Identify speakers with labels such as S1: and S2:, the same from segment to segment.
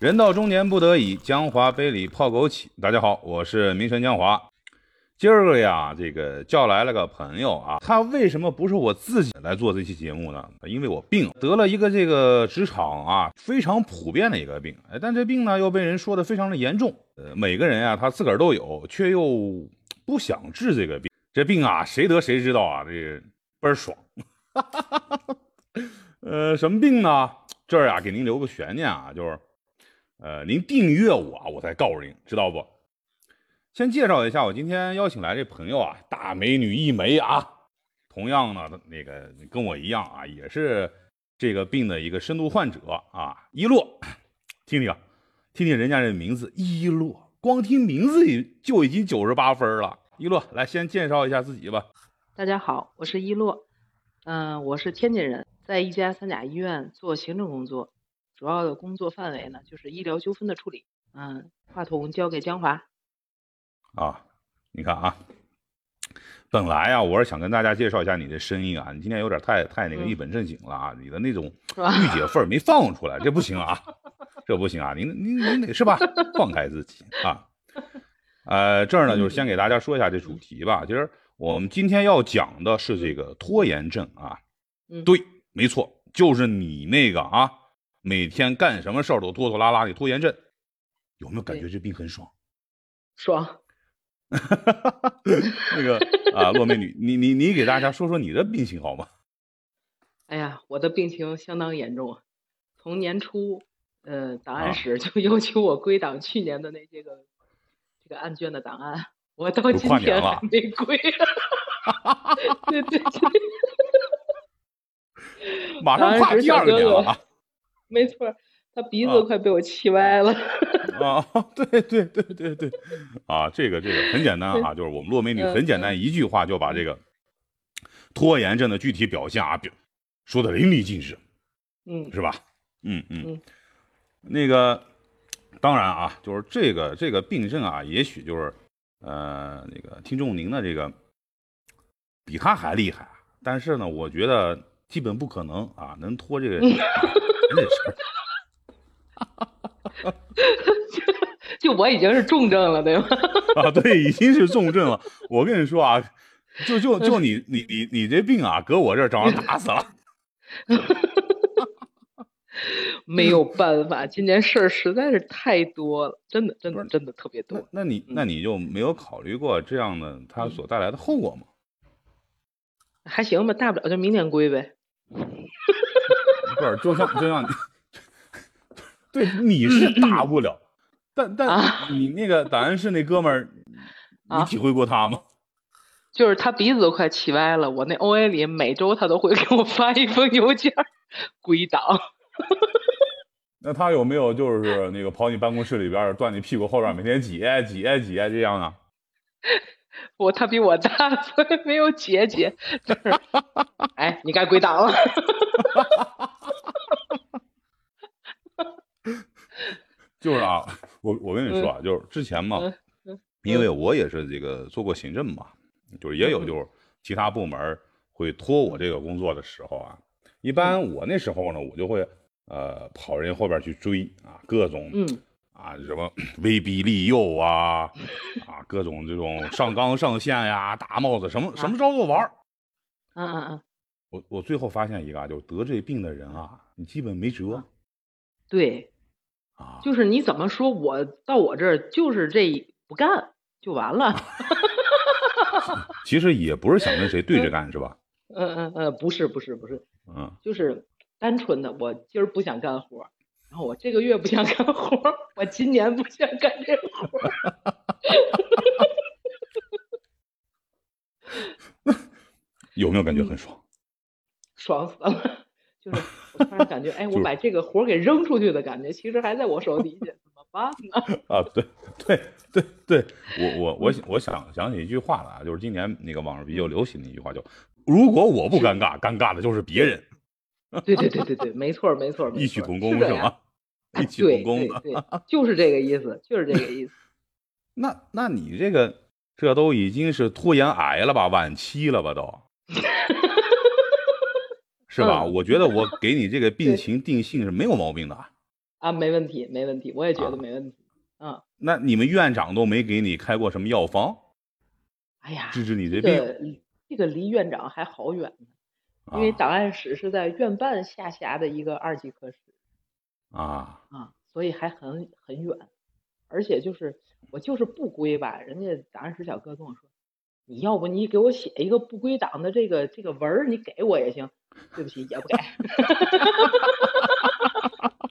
S1: 人到中年不得已，江华杯里泡枸杞。大家好，我是明神江华。今儿个呀，这个叫来了个朋友啊，他为什么不是我自己来做这期节目呢？因为我病得了一个这个职场啊非常普遍的一个病，哎，但这病呢又被人说的非常的严重。呃，每个人啊他自个儿都有，却又不想治这个病。这病啊，谁得谁知道啊，这倍儿爽。呃，什么病呢？这儿啊给您留个悬念啊，就是，呃，您订阅我啊，我才告诉您，知道不？先介绍一下，我今天邀请来这朋友啊，大美女一枚啊，同样呢，那个跟我一样啊，也是这个病的一个深度患者啊。一洛，听听，听听人家这名字，一洛，光听名字也就已经九十八分了。一洛，来先介绍一下自己吧。
S2: 大家好，我是一洛，嗯、我是天津人，在一家三甲医院做行政工作，主要的工作范围呢就是医疗纠纷的处理。嗯，话筒交给江华。
S1: 啊，你看啊，本来啊，我是想跟大家介绍一下你的声音啊，你今天有点太太那个
S2: 嗯
S1: 一本正经了啊，你的那种
S2: 是吧
S1: 御姐范儿没放出来，这不行啊，这不行啊，您您您得是吧，放开自己啊。呃，这儿
S2: 嗯
S1: 呢，就是先给大家说一下这主题吧。其实我们今天要讲的是这个拖延症啊，
S2: 嗯，
S1: 对，没错，就是你那个啊，每天干什么事儿都拖拖拉拉的拖延症，有没有感觉
S2: 对
S1: 这病很爽？
S2: 爽。
S1: 那个啊，洛美女，你你你给大家说说你的病情好吗？
S2: 哎呀，我的病情相当严重啊，从年初，呃，档
S1: 啊
S2: 案室就要求我归档去年的那些个这个案卷的档案，我到
S1: 都
S2: 今
S1: 跨年
S2: 天
S1: 了
S2: 还没 归。对对对。
S1: 马上
S2: 当
S1: 跨
S2: 时
S1: 第
S2: 小
S1: 二个
S2: 哥
S1: 年
S2: 哥
S1: 了啊！
S2: 没错儿，他鼻
S1: 啊
S2: 子快被我气 歪了。
S1: 啊，对对对对对，啊，这个这个很简单啊，就是我们洛美女
S2: 嗯
S1: 很简单一句话就把这个拖延症的具体表现啊，表说的淋漓尽致，
S2: 嗯
S1: 是吧？嗯嗯
S2: 嗯，
S1: 那个当然啊，就是这个这个病症啊，也许就是呃那个听众您的这个比他还厉害，啊但是呢，我觉得基本不可能啊，能拖这个人 这事儿。
S2: 就我已经是重症了，对吗？
S1: 啊，对，已经是重症了。我跟你说啊，就就就你你你你这病啊，搁我这儿早上打死了。
S2: 没有
S1: 嗯
S2: 办法，今年事儿实在是太多了，真的，真
S1: 不
S2: 的，
S1: 是
S2: 真的特别
S1: 那
S2: 多。
S1: 那你那你就没有考虑过这样的它所带来的后果吗？
S2: 还行吧，大不了就明年归呗。
S1: 不是，就像就像你，对，你是大不了，但
S2: 嗯啊
S1: 但你那个档案室那哥们儿，你
S2: 啊
S1: 体会过他吗？
S2: 就是他鼻子都快气歪了，我那 O A 里每周他都会给我 发一封邮件儿，归档。
S1: 那他有没有就是那个跑你办公室里边儿，断你屁股后边儿，每天挤挤挤这样的？
S2: 我他比我大，所以没有姐姐。但是，哎，你该归档了。
S1: 就是啊，我我跟你说啊，就是之前嘛
S2: 嗯，
S1: 因为我也是这个做过行政嘛，就是也有
S2: 嗯
S1: 就是其他部门儿会拖我这个工作的时候啊，一般
S2: 嗯
S1: 我那时候呢，我就会呃跑人后边去追啊，各种
S2: 嗯
S1: 啊什么 威逼利诱啊，啊各种这种上纲上线呀、 大帽子什
S2: 啊
S1: 么什么招都玩儿。
S2: 嗯嗯嗯，
S1: 我我最后发现一个啊，就是得这病的人啊，你基本没辙
S2: 对，
S1: 啊。
S2: 就是你怎么说我到我这儿就是这一不干就完了。
S1: 其实也不是想跟谁对着干是吧？
S2: 嗯嗯嗯，不是不是不是，
S1: 嗯。
S2: 就是单纯的，我今儿不想干活儿，然后我这个月不想干活儿，我今年不想干这个活儿。
S1: 有没有感觉很爽？
S2: 爽死了！ 就是我突然感觉，哎，
S1: 就
S2: 我
S1: 是
S2: 把这个活儿给扔出去的感觉，其实还在我手底下，怎么办呢？
S1: 啊，对对对对，我我我想我想想起一句话了啊，就是今年那个网上比较流行的一句话，叫“如果我不尴尬，尴尬的就是别人
S2: 对对对对对，没错儿没错儿”，没错儿，
S1: 异曲同工
S2: 是这
S1: 是
S2: 样
S1: 吗？？
S2: 哎
S1: 异曲同工
S2: 对
S1: 的。
S2: 对对，就是这个意思，就是这个意思。
S1: 那那你这个这都已经是拖延癌了吧，晚期了吧 都，是吧？
S2: 嗯
S1: 我觉得我给你这个病
S2: 对
S1: 情定性是没有毛病的啊。
S2: 啊，没问题，没问题，我也觉
S1: 啊
S2: 得没问题。嗯，
S1: 那你们院长都没给你开过什么药方
S2: 哎呀，
S1: 治治你这
S2: 这
S1: 病？
S2: 个这个离院长还好远呢，因
S1: 啊
S2: 为档案室是在院办下辖的一个二级科室
S1: 啊
S2: 啊，所以还很很远。而且就是我就是不归吧，人家档案室小哥跟我说，你要不你给我写一个不归档的这个这个文儿，你给我也行。对不起，也不给。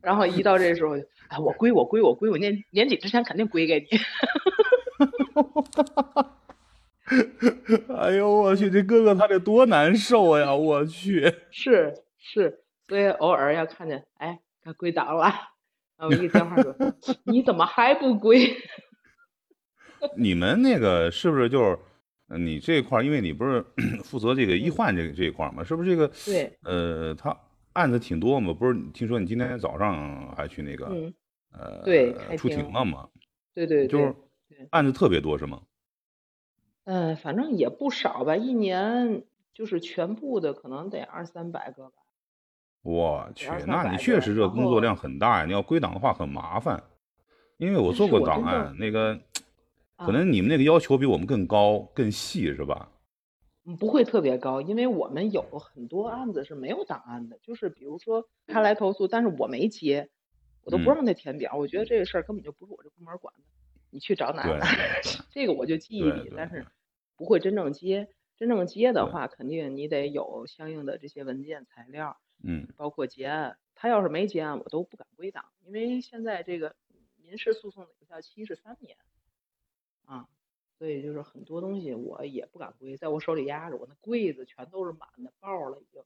S2: 然后一到这时候，哎，我归我归我归，我年年底之前肯定归给你。
S1: 啊！哎呦我去，这哥哥他得多难受呀！我去，
S2: 是是，所以偶尔要看见，哎，他归档了， 然后一个电话说：“ 你怎么还不归
S1: 你们那个是不是就是呃你这块儿？因为你不是 负责这个医患这这一块儿嘛，是不是这个？
S2: 嗯对，
S1: 呃，他案子挺多嘛，不是？听说你今天早上还去那？”个、
S2: 嗯，
S1: 呃
S2: 对开
S1: 出庭
S2: 庭
S1: 了嘛？
S2: 对对
S1: 就
S2: 对
S1: 是，案子特别多是吗？
S2: 嗯、反正也不少吧，一年就是全部的可能得二三百个吧。
S1: 我去
S2: 二，三
S1: 那
S2: 百
S1: 你
S2: 个
S1: 确实这
S2: 然
S1: 工作
S2: 后
S1: 量很大呀！你要归档的话很麻烦，因为我
S2: 但
S1: 做
S2: 是
S1: 过
S2: 我
S1: 档
S2: 真正
S1: 案，那个
S2: 啊
S1: 可能你们那个要求比我们更高、更细是 吧？
S2: 嗯不会特别高，因为我们有很多案子是没有档案的，就是比如说他来投诉，但是我没接，我都不
S1: 嗯
S2: 让他填表，我觉得这个事儿根本就不是我这部门管的，你去找哪
S1: 对
S2: 哪
S1: 对
S2: 这个我就记一
S1: 对
S2: 笔
S1: 对，
S2: 但
S1: 对
S2: 是不会真正接。真正接的
S1: 对
S2: 话，肯定你得有相应的这些文件材料，
S1: 嗯，
S2: 包括结案。他要是没结案，我都不敢归档，因为现在这个民事诉讼的有效期是三年啊，所以就是很多东西我也不敢归，在我手里压着，我那柜子全都是满的，爆了已经。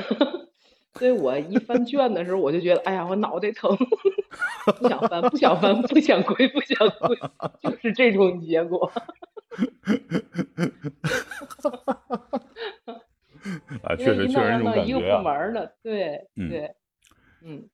S2: 所以我一翻卷的时候，我就觉得，哎呀，我脑袋疼， 不想翻，不想翻，不想归，不想归，就是这种结果。
S1: 啊，
S2: 因
S1: 确
S2: 为
S1: 实
S2: 一
S1: 确实
S2: 弄
S1: 那
S2: 要
S1: 种
S2: 弄
S1: 感
S2: 一个部
S1: 觉啊，
S2: 门儿的，对
S1: 嗯
S2: 对，嗯，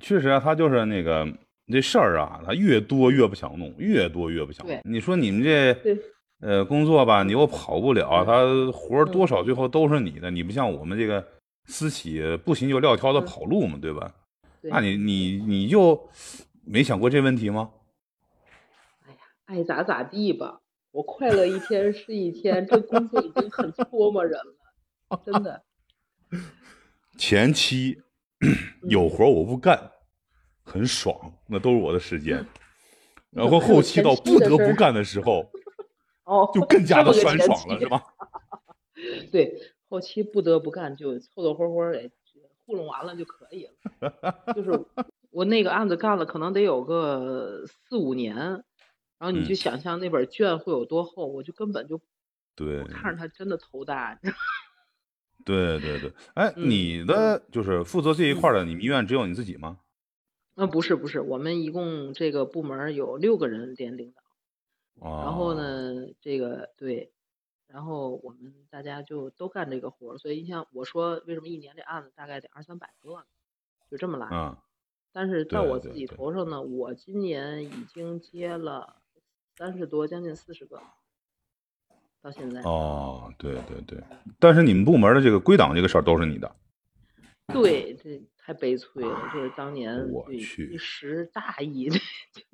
S1: 确实啊，他就是那个这事儿啊，他越多越不想弄，越多越不想弄
S2: 对。
S1: 你说你们这
S2: 对
S1: 呃工作吧，你又跑不了，
S2: 嗯
S1: 他活儿
S2: 嗯
S1: 多少最后都是你的，你不像我们这个私企不行就撂挑子
S2: 嗯
S1: 跑路嘛，对吧？
S2: 对。
S1: 那你你你就没想过这问题吗？
S2: 爱咋咋地吧，我快乐一天是一天，这工作已经很搓磨人了，真的。
S1: 前期
S2: 嗯
S1: 有活我不干，很爽，那都是我的时
S2: 嗯
S1: 间。然后
S2: 怎么还有
S1: 后期到
S2: 前期
S1: 不
S2: 的
S1: 得
S2: 事
S1: 不
S2: 儿
S1: 干的时 候，
S2: 哦，
S1: 就更加的
S2: 这么
S1: 酸
S2: 个前
S1: 爽了，
S2: 期
S1: 是吧？
S2: 对，后期不得不干，就凑凑合合给糊弄完了就可以了。 就是我那个案子干了，可能得有个四五年，然后你
S1: 嗯
S2: 就想象那本卷会有多厚，我就根本就
S1: 对
S2: 我看着它真的头大，
S1: 对对对，哎，
S2: 嗯
S1: 你的就是负责这一块儿的，你们医院只有你自己吗？
S2: 啊，不是不是，我们一共这个部门儿有六个人连领导，
S1: 啊，
S2: 然后？呢，这个对，然后我们大家就都干这个活儿，所以你像我说为什么一年这案子大概得二三百个呢，就这么来。
S1: 嗯，
S2: 但是到
S1: 对
S2: 我
S1: 对
S2: 自己
S1: 对
S2: 头上呢，我今年已经接了三十多，将近四十个，到现在。
S1: 哦，对对对，但是你们部门的这个归档这个事儿都是你的，
S2: 对，这太悲催了。就是当年
S1: 啊我
S2: 对
S1: 去
S2: 一时大意， 就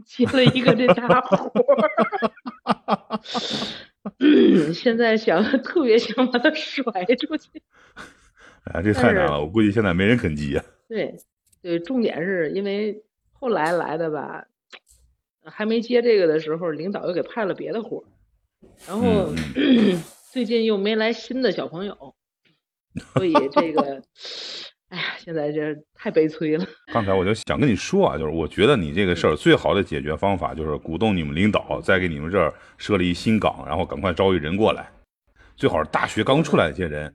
S2: 接了一个这大 活儿 嗯现在想特别想把他甩出去。
S1: 哎，这太
S2: 但是
S1: 难了，我估计现在没人肯啊接。
S2: 对，对，重点是因为后来来的吧，还没接这个的时候，领导又给派了别的活儿，然后、
S1: 嗯
S2: 最近又没来新的小朋友，所以这个，哎呀，现在这太悲催了。
S1: 刚才我就想跟你说啊，就是我觉得你这个事儿
S2: 嗯
S1: 最好的解决方法就是鼓动你们领导再给你们这儿设立一新岗，然后赶快招一人过来，最好是大学刚出来这些人，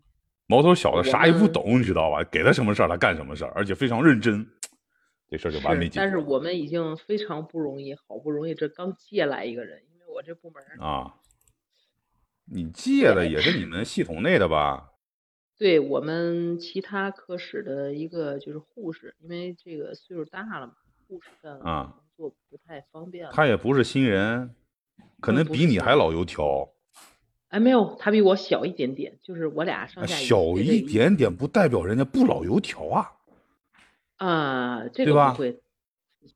S1: 毛头小
S2: 我
S1: 子啥也不懂，你知道吧？给他什么事儿他干什么事儿，而且非常认真，这事儿就完美
S2: 是
S1: 解
S2: 但
S1: 决
S2: 是我们已经非常不容易，好不容易这刚借来一个人，因为我这部门儿
S1: 啊。你借的也是你们系统内的吧？
S2: 对我们其他科室的一个就是护士，因为这个岁数大了嘛，护士干
S1: 啊
S2: 工作不太方便了。
S1: 他也不是新人，可
S2: 嗯
S1: 能
S2: 不
S1: 比
S2: 是
S1: 你
S2: 新
S1: 还
S2: 人
S1: 老油条，
S2: 哎，没有，他比我小一点点，就是我俩上下
S1: 啊小
S2: 届这
S1: 一点点不代表人家不老油条啊。
S2: 呃，这
S1: 对
S2: 个
S1: 吧
S2: 不会。非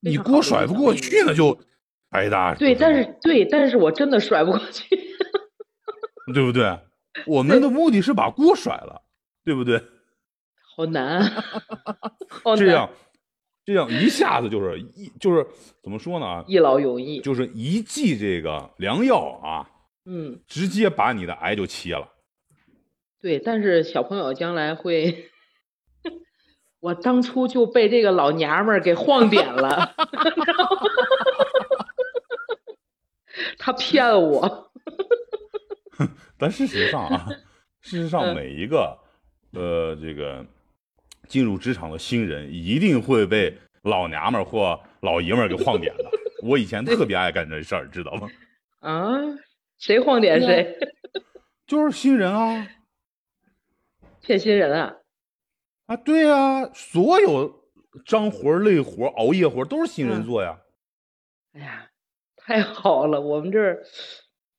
S1: 你
S2: 常
S1: 锅
S2: 好的
S1: 甩
S2: 一
S1: 不
S2: 个
S1: 过
S2: 建议
S1: 去，那就哎白搭。
S2: 对，
S1: 不
S2: 但是对，但是我真的甩不过去。
S1: 对不对？我们的目的是把锅甩了，对不对？
S2: 好难啊，好
S1: 这
S2: 难
S1: 样，这样一下子就是一就是怎么说呢啊？
S2: 一劳永逸。
S1: 就是一剂这个良药啊，
S2: 嗯，
S1: 直接把你的癌就切了。
S2: 对，但是小朋友将来会， 我当初就被这个老娘们儿给晃点了，然后他骗我，
S1: 但事实上 啊，事实上
S2: 嗯
S1: 每一个呃这个进入职场的新人，一定会被老娘们儿或老爷们儿给晃点的。我以前特别爱干这事儿，知道吗？
S2: 啊，谁晃点谁，
S1: 就是新人啊，
S2: 骗新人啊，
S1: 啊，对啊，所有脏活儿、累活儿、熬夜活儿都是新人
S2: 嗯
S1: 做呀。
S2: 哎呀，太好了，我们这儿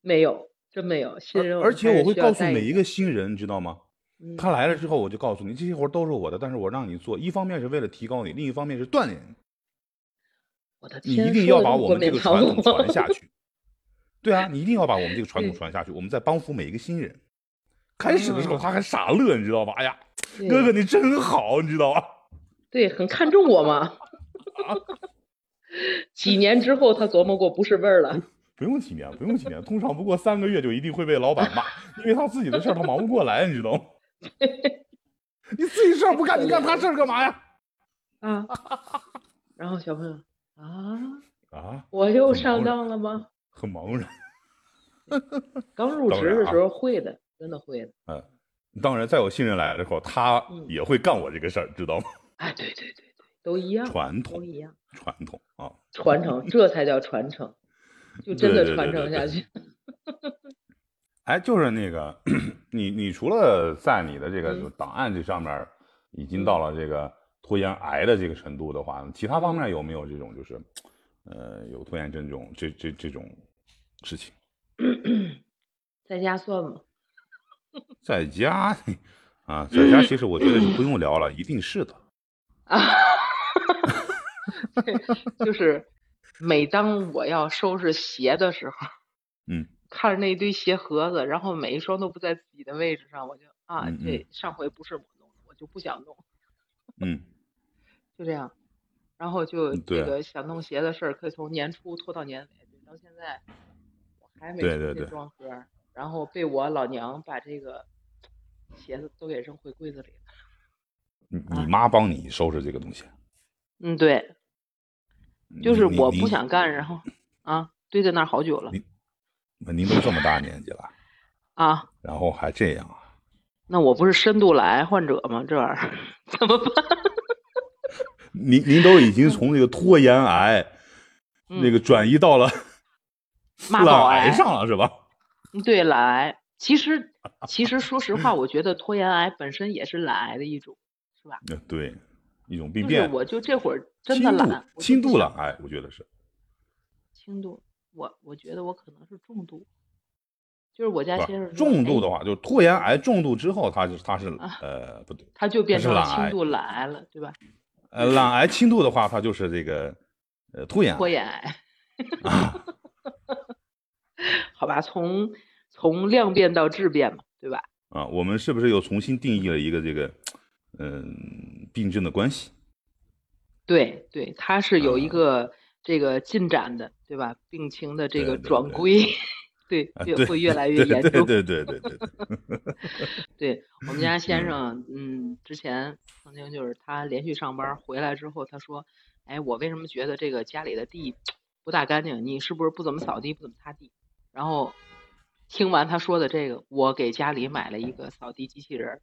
S2: 没有，真没有新人
S1: 而
S2: 们
S1: 啊而且我
S2: 还是
S1: 会
S2: 需要
S1: 告诉
S2: 带
S1: 每
S2: 点
S1: 一个新人，你知道吗？
S2: 嗯
S1: 他来了之后，我就告诉你，这些活儿都是我的，但是我让你做，一方面是为了提高你，另一方面是锻炼你。
S2: 我的
S1: 你
S2: 天，
S1: 一定
S2: 说
S1: 要
S2: 得
S1: 把
S2: 么
S1: 我们
S2: 冠
S1: 这
S2: 冕
S1: 个
S2: 堂
S1: 传统
S2: 皇
S1: 传下 去。对啊，你一定要把我们这个传统
S2: 对
S1: 传下去。我们在帮扶每一个新人。开始的时候他还傻乐，你知道吧？哎呀，
S2: 嗯对
S1: 哥哥你真好，你知道吧？
S2: 对，很看重我嘛。几年之后，他琢磨过不是味儿 了。
S1: 不用几年，不用几年，通常不过三个月就一定会被老板骂，因为他自己的事儿他忙不过来，你知道 吗？你自己事儿不干，你干他事儿干嘛呀？
S2: 啊，然后小朋友啊，
S1: 啊，
S2: 我又
S1: 很
S2: 上
S1: 茫然
S2: 当了吗？
S1: 很茫然。
S2: 刚入
S1: 当
S2: 职
S1: 然
S2: 的
S1: 啊
S2: 时候会的，真的会的。
S1: 当然，在我新人来了之后，他
S2: 嗯
S1: 也会干我这个事儿，知道吗？
S2: 哎，对对对对，都一样，
S1: 传
S2: 都
S1: 统，
S2: 一样，
S1: 传统啊。
S2: 传承，这才叫传承， 就真的
S1: 对对对
S2: 传
S1: 对
S2: 承下
S1: 对
S2: 去。
S1: 哎，就是那个，你你除了在你的这个
S2: 嗯
S1: 就档案这上面儿已经
S2: 嗯
S1: 到了这个拖延癌的这个程度的话，其他方面有没有这种就是，呃，有拖延症这种这这这种事情？
S2: 在家算吗？
S1: 在家啊，在家其实我觉得你不用聊了，一定是的。
S2: 啊，就是每当我要收拾鞋的时候，
S1: 嗯，
S2: 看着那一堆鞋盒子，然后每一双都不在自己的位置上，我就啊，
S1: 嗯
S2: 这上回不是我弄的，我就不想弄，
S1: 嗯，
S2: 就这样。然后就
S1: 嗯对
S2: 这个想弄鞋的事儿，可以从年初拖到年尾，对，到现在我还没
S1: 对
S2: 出
S1: 对
S2: 这
S1: 对
S2: 装盒儿，然后被我老娘把这个鞋子都给扔回柜子里了。
S1: 你你妈帮你收拾这个东西，
S2: 嗯，对，就
S1: 你
S2: 是
S1: 你
S2: 我
S1: 你
S2: 不想干，然后啊堆在那儿好久了
S1: 你您都这么大年纪了，
S2: 啊。
S1: 然后还这样啊？
S2: 那我不是深度癌患者吗？这玩意儿 怎么办？
S1: 您您都已经从这个拖延癌那
S2: 嗯
S1: 个转移到了
S2: 妈
S1: 懒
S2: 宝
S1: 癌
S2: 癌
S1: 上了是吧？
S2: 对懒癌，其实其实说实话，我觉得拖延癌本身也是懒癌的一种，是吧？
S1: 呃，对，一种病
S2: 就是
S1: 变，
S2: 我就这会儿真
S1: 轻
S2: 的
S1: 度
S2: 懒，我就
S1: 轻
S2: 不
S1: 度
S2: 想
S1: 懒癌，我觉得是。
S2: 轻度，我我觉得我可能是重度，就是我家
S1: 不
S2: 先生说
S1: 重度
S2: 哎
S1: 的话，就是拖延癌重度之后，它是它是
S2: 啊
S1: 呃不对，
S2: 他就变
S1: 是
S2: 成了
S1: 懒癌
S2: 轻度懒癌了，对吧？
S1: 呃懒癌轻度的话，它就是这个呃拖延
S2: 拖
S1: 癌。
S2: 延癌。
S1: 啊
S2: 好吧，从从量变到质变嘛，对吧？
S1: 啊，我们是不是又重新定义了一个这个嗯病症的关系？
S2: 对对，它是有一
S1: 嗯
S2: 个这个进展的，对吧？病情的这
S1: 对
S2: 个
S1: 对
S2: 转
S1: 对
S2: 归，对
S1: 啊，，
S2: 越
S1: 对
S2: 会 越来越
S1: 对
S2: 严
S1: 对
S2: 重。
S1: 对对对对对，
S2: 对我们家先
S1: 嗯
S2: 生，嗯，之前曾经就是他连续上班儿回来之后，他说：“哎，我为什么觉得这个家里的地不大干净？你是不是不怎么扫地，不怎么擦地？”然后听完他说的这个，我给家里买了一个扫地机器人儿。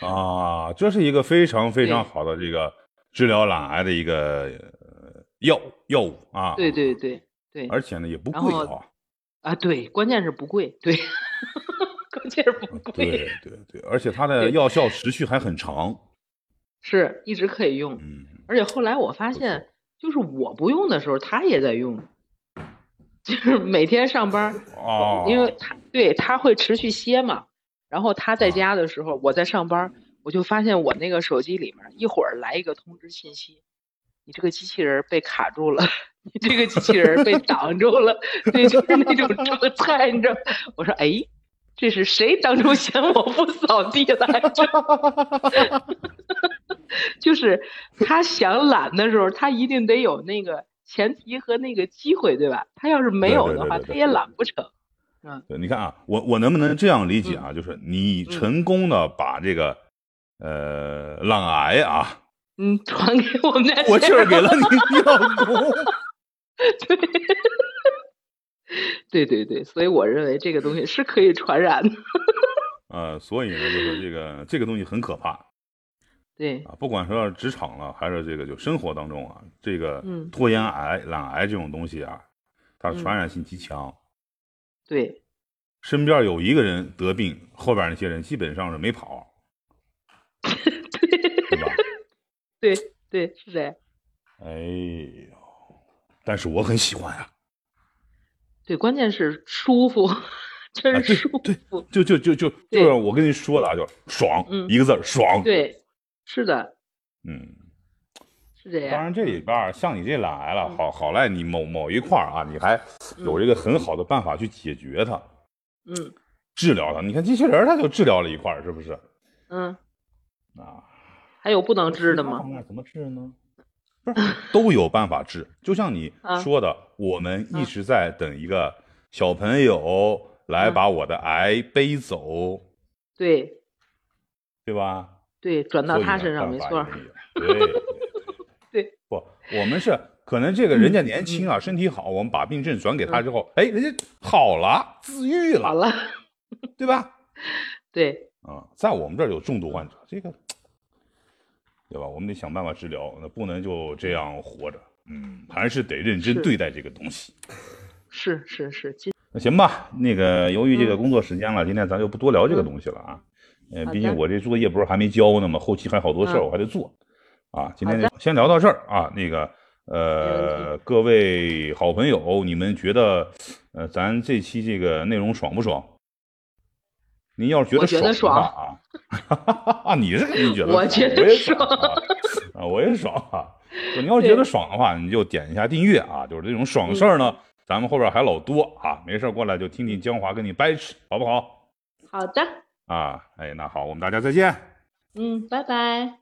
S1: 啊，这是一个非常非常
S2: 对
S1: 好的这个治疗懒癌的一个呃药药物啊。
S2: 对对对对，
S1: 而且呢也不
S2: 然
S1: 贵
S2: 后
S1: 啊。
S2: 啊对，关键是不贵，对， 关键是不贵
S1: 啊对，对对，而且它的
S2: 对
S1: 药效持续还很长。
S2: 是一直可以用。
S1: 嗯，
S2: 而且后来我发现，就是我不用的时候，他也在用，就是每天上班儿，
S1: 哦，
S2: 因为他对他会持续歇嘛，然后他在
S1: 啊
S2: 家的时候，我在上班儿，我就发现我那个手机里面一会儿来一个通知信息，你这个机器人被卡住了， 你这个机器人被挡住了， 对，就是那种状态，你知道？我说，哎，这是谁当初嫌我不扫地来着？ 就是他想懒的时候，他一定得有那个前提和那个机会，对吧？他要是没有的
S1: 对对
S2: 话，
S1: 对对对
S2: 他也懒不成。嗯，
S1: 对，你看啊，我我能不能这样理解啊？就是你成功的把这个呃懒癌啊，
S2: 嗯， 传给我们家
S1: 我气儿
S2: 先生
S1: 给了你 老公。
S2: 对对对，所以我认为这个东西是可以传染的。
S1: 呃，所以呢，就是这个这个东西很可怕
S2: 对，
S1: 啊，不管说职场了，还是这个就生活当中啊，这个
S2: 嗯
S1: 拖延癌、懒癌这种东西啊，它传染性极强。
S2: 对，
S1: 身边有一个人得病，后边那些人基本上是没跑，对吧？
S2: 对，对，是这样。
S1: 哎呦，但是我很喜欢啊呀、
S2: 对，关键是舒服，
S1: 啊
S2: 真
S1: 对
S2: 是舒
S1: 对
S2: 服。
S1: 就就就就就
S2: 对
S1: 是我跟你说的啊，就是爽，
S2: 嗯
S1: 一个字儿爽。，
S2: 对，是的，
S1: 嗯，
S2: 是这
S1: 当
S2: 样。
S1: 然这里边儿像你这懒癌了，
S2: 嗯
S1: 好好赖你某某一块儿啊，你还有这个很好的办法去解决它、
S2: 嗯
S1: 治疗它。你看机器人儿它就治疗了一块儿，是不是？
S2: 嗯，
S1: 啊，
S2: 还有不能治的
S1: 其他
S2: 吗
S1: 方？面怎么治呢？不是都有办法治，就像你
S2: 啊
S1: 说的，我们一
S2: 啊
S1: 直在等一个小朋友来
S2: 啊
S1: 把我的癌背走，
S2: 对
S1: 对吧？
S2: 对，转到
S1: 所以
S2: 他
S1: 呢
S2: 身上
S1: 办
S2: 没
S1: 法
S2: 错儿。
S1: 也没有。对
S2: 对，嗯
S1: 不，我们是可能这个人家年轻啊，身体好，我们把病症转给他之后，哎，人家好了，自愈
S2: 好
S1: 了，
S2: 了，
S1: 对吧？
S2: 对
S1: 啊，在我们这儿有重度患者，这个，对吧？我们得想办法治疗，那不能就这样活着，嗯，还是得认真
S2: 是
S1: 对待这个东西。
S2: 是是是，今
S1: 那行吧，那个由于这个
S2: 嗯
S1: 工作时间了，今天咱就不多聊这个东西了啊。呃，
S2: 好
S1: 毕
S2: 的
S1: 竟我这作业不是还没交呢吗？后期还好多事儿
S2: 嗯
S1: 我还得做啊。今天就先聊到这儿啊。那个
S2: 没
S1: 呃，各位好朋友，你们觉得呃咱这期这个内容爽不爽？您要是觉
S2: 我
S1: 得
S2: 觉得
S1: 爽的话啊， 你是肯定觉得，
S2: 我觉得
S1: 我也爽啊，啊我也爽啊。就你要是觉得
S2: 对
S1: 爽的话，你就点一下订阅啊。就是这种爽事儿呢，咱们后边还老多啊。没事儿过来就听听江华跟你掰扯，好不好？
S2: 好的，
S1: 啊，哎，那好，我们大家再见。
S2: 嗯，拜拜。